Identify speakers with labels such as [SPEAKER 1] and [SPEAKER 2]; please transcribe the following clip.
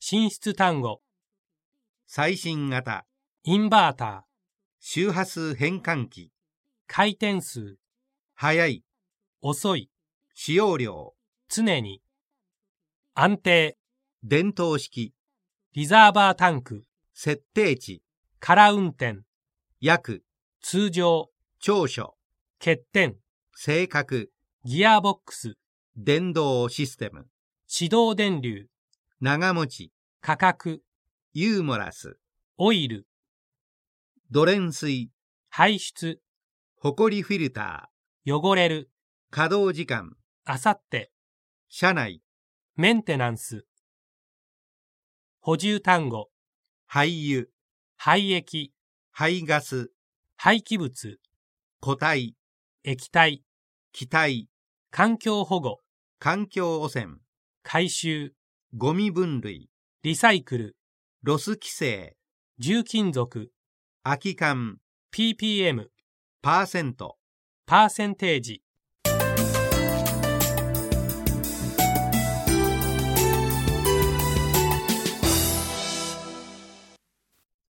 [SPEAKER 1] 進出単語、
[SPEAKER 2] 最新型、
[SPEAKER 1] インバータ
[SPEAKER 2] 周波数変換器、
[SPEAKER 1] ー、回転数、
[SPEAKER 2] 速い、
[SPEAKER 1] 遅い、
[SPEAKER 2] 使用量、
[SPEAKER 1] 常に。安定、
[SPEAKER 2] 伝統式、
[SPEAKER 1] リザーバータンク、
[SPEAKER 2] 設定値、
[SPEAKER 1] 空運転、
[SPEAKER 2] 約、
[SPEAKER 1] 通常、
[SPEAKER 2] 長所、
[SPEAKER 1] 欠点、
[SPEAKER 2] 正確、
[SPEAKER 1] ギアボックス、
[SPEAKER 2] 電動システム、
[SPEAKER 1] 始動電流、
[SPEAKER 2] 長持ち、
[SPEAKER 1] 価格、
[SPEAKER 2] ユーモラス、
[SPEAKER 1] オイル、
[SPEAKER 2] ドレン水、
[SPEAKER 1] 排出、
[SPEAKER 2] ホコリフィルタ
[SPEAKER 1] 汚れる、
[SPEAKER 2] ー、稼働時間、
[SPEAKER 1] あさって、
[SPEAKER 2] 車内、
[SPEAKER 1] メンテナンス。補充単語、
[SPEAKER 2] 廃油、
[SPEAKER 1] 廃液、
[SPEAKER 2] 排ガス、
[SPEAKER 1] 廃棄物、
[SPEAKER 2] 固体、
[SPEAKER 1] 液体、
[SPEAKER 2] 気体、
[SPEAKER 1] 環境保護、
[SPEAKER 2] 環境汚染、
[SPEAKER 1] 回収、
[SPEAKER 2] ゴミ分類、
[SPEAKER 1] リサイクル、
[SPEAKER 2] ロス規制、
[SPEAKER 1] 重金属、
[SPEAKER 2] 空き缶、
[SPEAKER 1] ppm、
[SPEAKER 2] パーセント。
[SPEAKER 1] パーセンテージ。